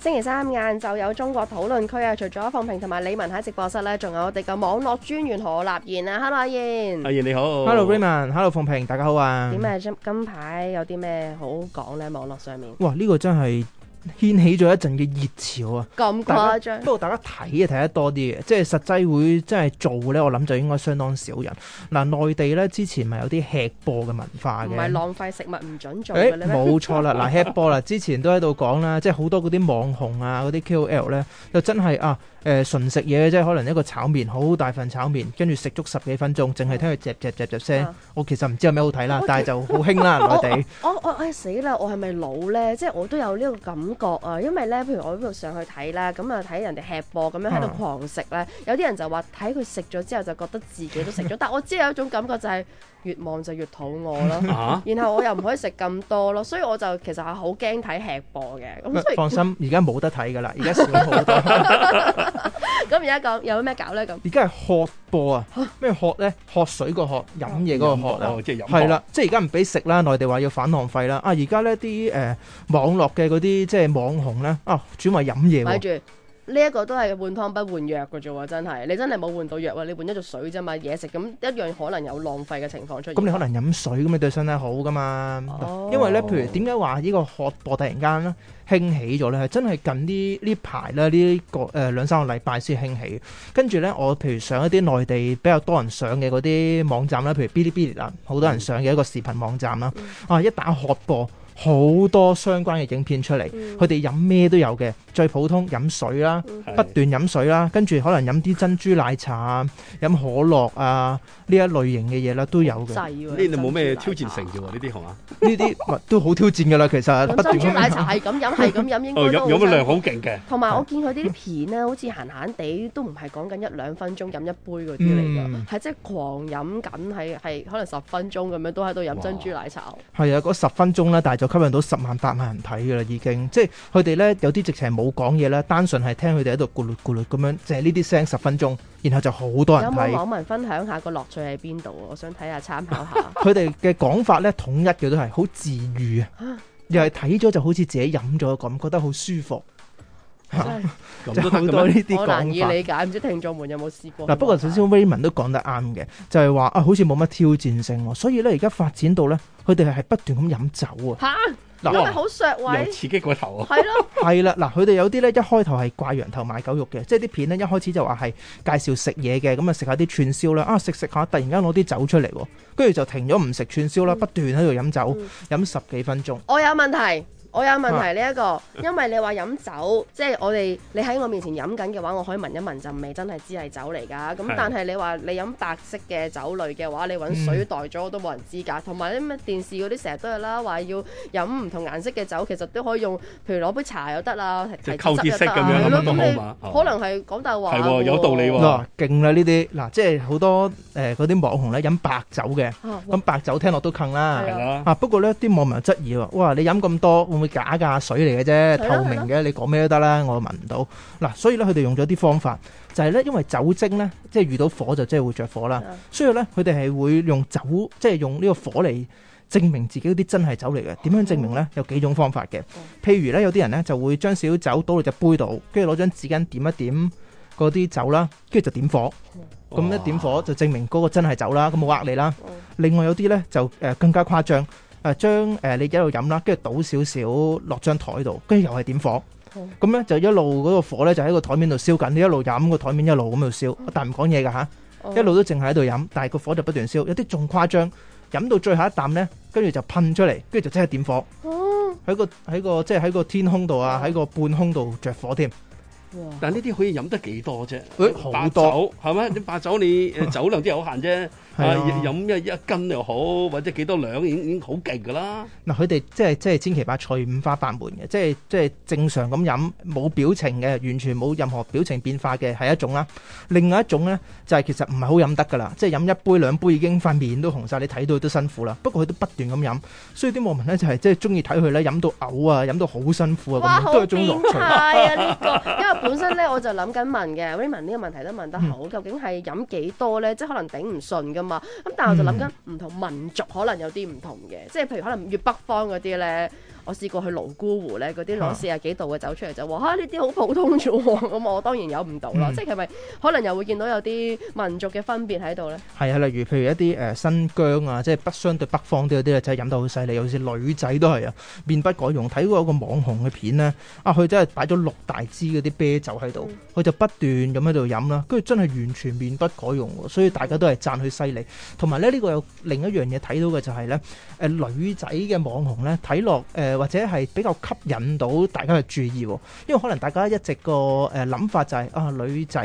星期三晏晝有中國討論區啊，除咗鳳平同埋李文喺直播室咧，仲有我哋嘅網絡專員何立燕啊，Hello 阿燕。嗯阿燕你好 Hello Raymond，Hello 鳳平，大家好啊！點啊？今今排有啲咩好講咧？網絡上面哇，呢、個真係掀起咗一陣嘅熱潮啊！咁誇張不，過大家睇啊睇得多啲嘅，即係實際會真係做咧，我諗就應該相當少人。嗱、內地咧之前咪有啲吃播嘅文化唔係嘅。浪費食物唔準做嘅咧誒咩？哦冇錯啦，嗱吃播啦， 之前都喺度講啦，即係好多嗰啲網紅啊，嗰啲 KOL 咧，就真係啊誒純食嘢，即係可能一個炒麵，好大份炒麵，跟住食足十幾分鐘，淨係聽佢嚼嚼嚼嚼聲啊。我其實唔知有咩好睇啦，但係就好興啦，內地。 我我唉哦哎死啦！我係咪老咧？即係我都有呢個感覺啊！因為咧，譬如我呢度上去睇啦，咁啊睇人哋吃播咁樣喺度嗯狂食咧，有啲人就話睇佢食咗之後就覺得自己都食咗，但我知有一種感覺就係越望就越肚餓咯。啊！然後我又唔可以食咁多咯，所以我就其實係好驚睇吃播嘅。咁所以 放心，而家冇得睇噶啦，而家少咗好 多。咁而家講有咩搞咧咁？而家係喝播啊，咩喝咧？喝水個喝，飲嘢嗰個喝啊哦，。即係飲係啦，即係而家唔俾食啦，內地話要反浪費啦。啊，而家呢啲誒網絡嘅嗰啲即係網紅咧，啊轉為飲嘢咪喎。住呢一個都係換湯不換藥嘅啫喎，真係你真係冇換到藥喎，你換咗做水啫嘛，嘢食咁一樣可能有浪費嘅情況出現。咁你可能飲水咁，你對身體好噶嘛？哦因為咧，譬如點解話呢個喝播突然間咧興起咗咧？係真係近呢呢排咧呢個誒、呃、兩三個禮拜先興起。跟住咧，我譬如上一啲內地比較多人上嘅嗰啲網站啦，譬如哔哩哔哩啦，好多人上嘅一個視頻網站啦，啊一打喝播。好多相關嘅影片出嚟，佢哋飲咩都有嘅，最普通飲水啦，係不斷飲水啦，跟住可能飲啲珍珠奶茶啊，飲可樂啊呢一類型嘅嘢啦，都有嘅。制喎呢度冇咩挑戰性嘅喎，呢啲係嘛？呢啲咪都好挑戰㗎啦，其實飲不斷珍珠奶咁茶係咁飲，係咁飲，應哦，該都飲飲好嘅辛量苦好勁嘅，同埋我見佢啲片咧，好似閒閒地都唔係講緊一兩分鐘飲一杯嗰啲嚟㗎，嗯係即係狂飲緊，係係可能十分鐘咁樣都喺度飲珍珠奶茶。係啊，嗰十分鐘啦，但係就吸引到十萬八萬人睇㗎啦，已經即係佢哋咧有啲直情係冇講嘢啦，單純係聽佢哋喺度咕嚕咕嚕咁樣，就係呢啲聲十分鐘，然後就好多有人冇睇。網民分享下個樂趣喺邊度啊？我想睇下參考下。佢哋嘅講法咧統一嘅都係好治愈啊，又係睇咗就好似自己飲咗咁，覺得好舒服， 真係咁就都好得多嘅呢咩？啲我講難以法。理解，唔知聽眾們有冇試過？嗱，不過首先 Raymond 都講得啱嘅，就係話啊，好似冇乜挑戰性喎，所以咧而家發展到咧，佢哋係不斷咁飲酒啊。嚇，嗱因為好削又位，刺激過頭啊！係咯，係啦，嗱，佢哋有啲咧一開頭係掛羊頭賣狗肉嘅，即係啲片咧一開始就話係介紹食嘢嘅，咁啊食下啲串燒啦，啊食食下突然間攞啲酒出嚟喎，跟住就停咗唔食串燒啦，不斷喺度飲酒，飲十幾分鐘。我有問題。我有問啊題呢一個，因為你話飲酒，即係我哋你喺我面前飲緊嘅話，我可以聞一聞陣味，真係知係酒嚟㗎。咁係嗯但係你話你飲白色嘅酒類嘅話，你揾水代咗都冇人知㗎。同埋啲咩電視嗰啲成日都有啦，話要飲唔同顏色嘅酒，其實都可以用，譬如攞杯茶又得啦，提即係提子汁又得啊溝啲色咁樣係咯咁都咁好嘛哦你可能係講大話係喎有道理喎嗱，勁啦呢啲，嗱，即係好多誒嗰啲網紅咧飲白酒嘅，啊咁白酒聽落都坑啦係。係啦，啊！不過呢啲網民質疑喎，哇！你飲咁多會唔會假㗎？水嚟嘅啫，係咯透明嘅，你講咩都得啦，我聞唔到。嗱，所以咧佢哋用咗啲方法，就係咧因為酒精咧，即係遇到火就即係會着火啦嗯，所以咧佢哋係會用酒，即係用呢個火嚟。證明自己嗰啲真係酒嚟嘅，點樣證哦明呢？有幾種方法嘅，譬如呢，有啲人呢就會將少少酒倒落隻杯度，跟住攞張紙巾點一點嗰啲酒啦，跟住就點火。咁一點火就證明嗰個真係酒啦，咁冇呃你啦嗯。另外有啲咧就誒、呃更加誇張，誒、呃將誒你一路飲啦，跟住倒少少落張台度，跟住又係點火嗯。咁咧就一路嗰個火咧就喺個台面度燒緊，你一路飲個台面一路咁度燒，嗯但唔講嘢㗎吓，哦一路都淨係喺度飲，但係個火就不斷燒。有啲仲誇張，飲到最後一啖咧，跟住就噴出嚟，跟住就即刻點火哦喺個喺個即係喺個天空度啊，喺個半空度着火添。哇但呢啲可以飲得幾多啫？誒好白多酒係咪？你白酒你 誒酒量都有限啫，係啊啊飲一一斤又好，或者幾多兩已經已經好勁㗎啦。嗱，佢哋即係即係千奇百趣、五花八門嘅，即係即係正常咁飲，冇表情嘅，完全冇任何表情變化嘅係一種啦。另外一種呢，就係、其實唔係好飲得㗎啦，即係飲一杯兩杯已經塊面都紅晒，你睇到都辛苦啦。不過佢都不斷咁飲，所以啲網民呢，就係即係中意睇佢咧飲到嘔啊，飲到好辛苦哇，啊，咁樣好都係一變種態樂趣。啊！呢、個， 因為本身咧我就諗緊問嘅，Raymond 呢個問題都問得好，嗯究竟係飲幾多咧？即係可能頂唔順噶嘛。嗯咁但係我就諗緊唔同民族可能有啲唔同嘅，即係譬如可能越北方嗰啲咧，我試過去龍沽湖咧，嗰啲啊攞四十幾度嘅酒出嚟就話嚇呢啲好普通啫喎，咁我當然有唔到啦。嗯即係咪可能又會見到有啲民族嘅分別喺度咧？係啊，例如譬如一啲誒、呃新疆啊，即係北相對北方啲嗰啲咧，真係飲得好犀利，尤其是女仔都係啊，面不改容。睇過一個網紅嘅片咧，啊佢真係擺咗六大支嗰啲啤酒喺度，佢就不斷咁喺度飲啦，跟住真係完全面不改容喎，所以大家都係讚佢犀利。同埋咧，呢、個有另一樣嘢睇到嘅就係咧，誒、呃女仔嘅網紅咧睇落誒或者係比較吸引到大家嘅注意喎，因為可能大家一直個誒諗法就係、啊女仔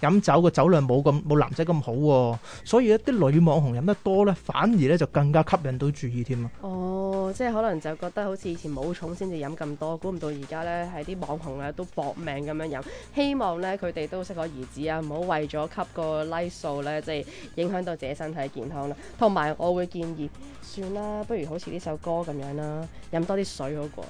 飲酒個酒量冇咁冇男仔咁好喎、所以一啲女網紅飲得多咧，反而咧就更加吸引到注意添啊！哦，即係可能就覺得好似以前冇重先至飲咁多，估唔到而家呢，係啲網紅啊都搏命咁樣飲，希望呢，佢哋都適可而止啊，唔好為咗吸個 like 數呢，即係影響到自己身體健康啦。同埋我會建議，算啦，不如好似呢首歌咁樣啦，飲多啲水好過。